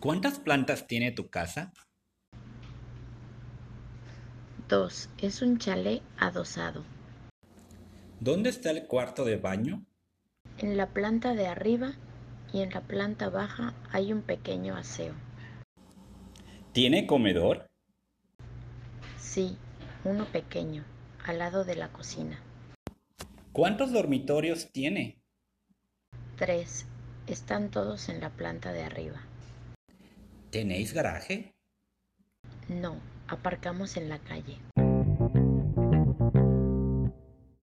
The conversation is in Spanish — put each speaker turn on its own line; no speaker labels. ¿Cuántas plantas tiene tu casa?
Dos, es un chalet adosado.
¿Dónde está el cuarto de baño?
En la planta de arriba y en la planta baja hay un pequeño aseo.
¿Tiene comedor?
Sí, uno pequeño, al lado de la cocina.
¿Cuántos dormitorios tiene?
Tres, están todos en la planta de arriba.
¿Tenéis garaje?
No, aparcamos en la calle.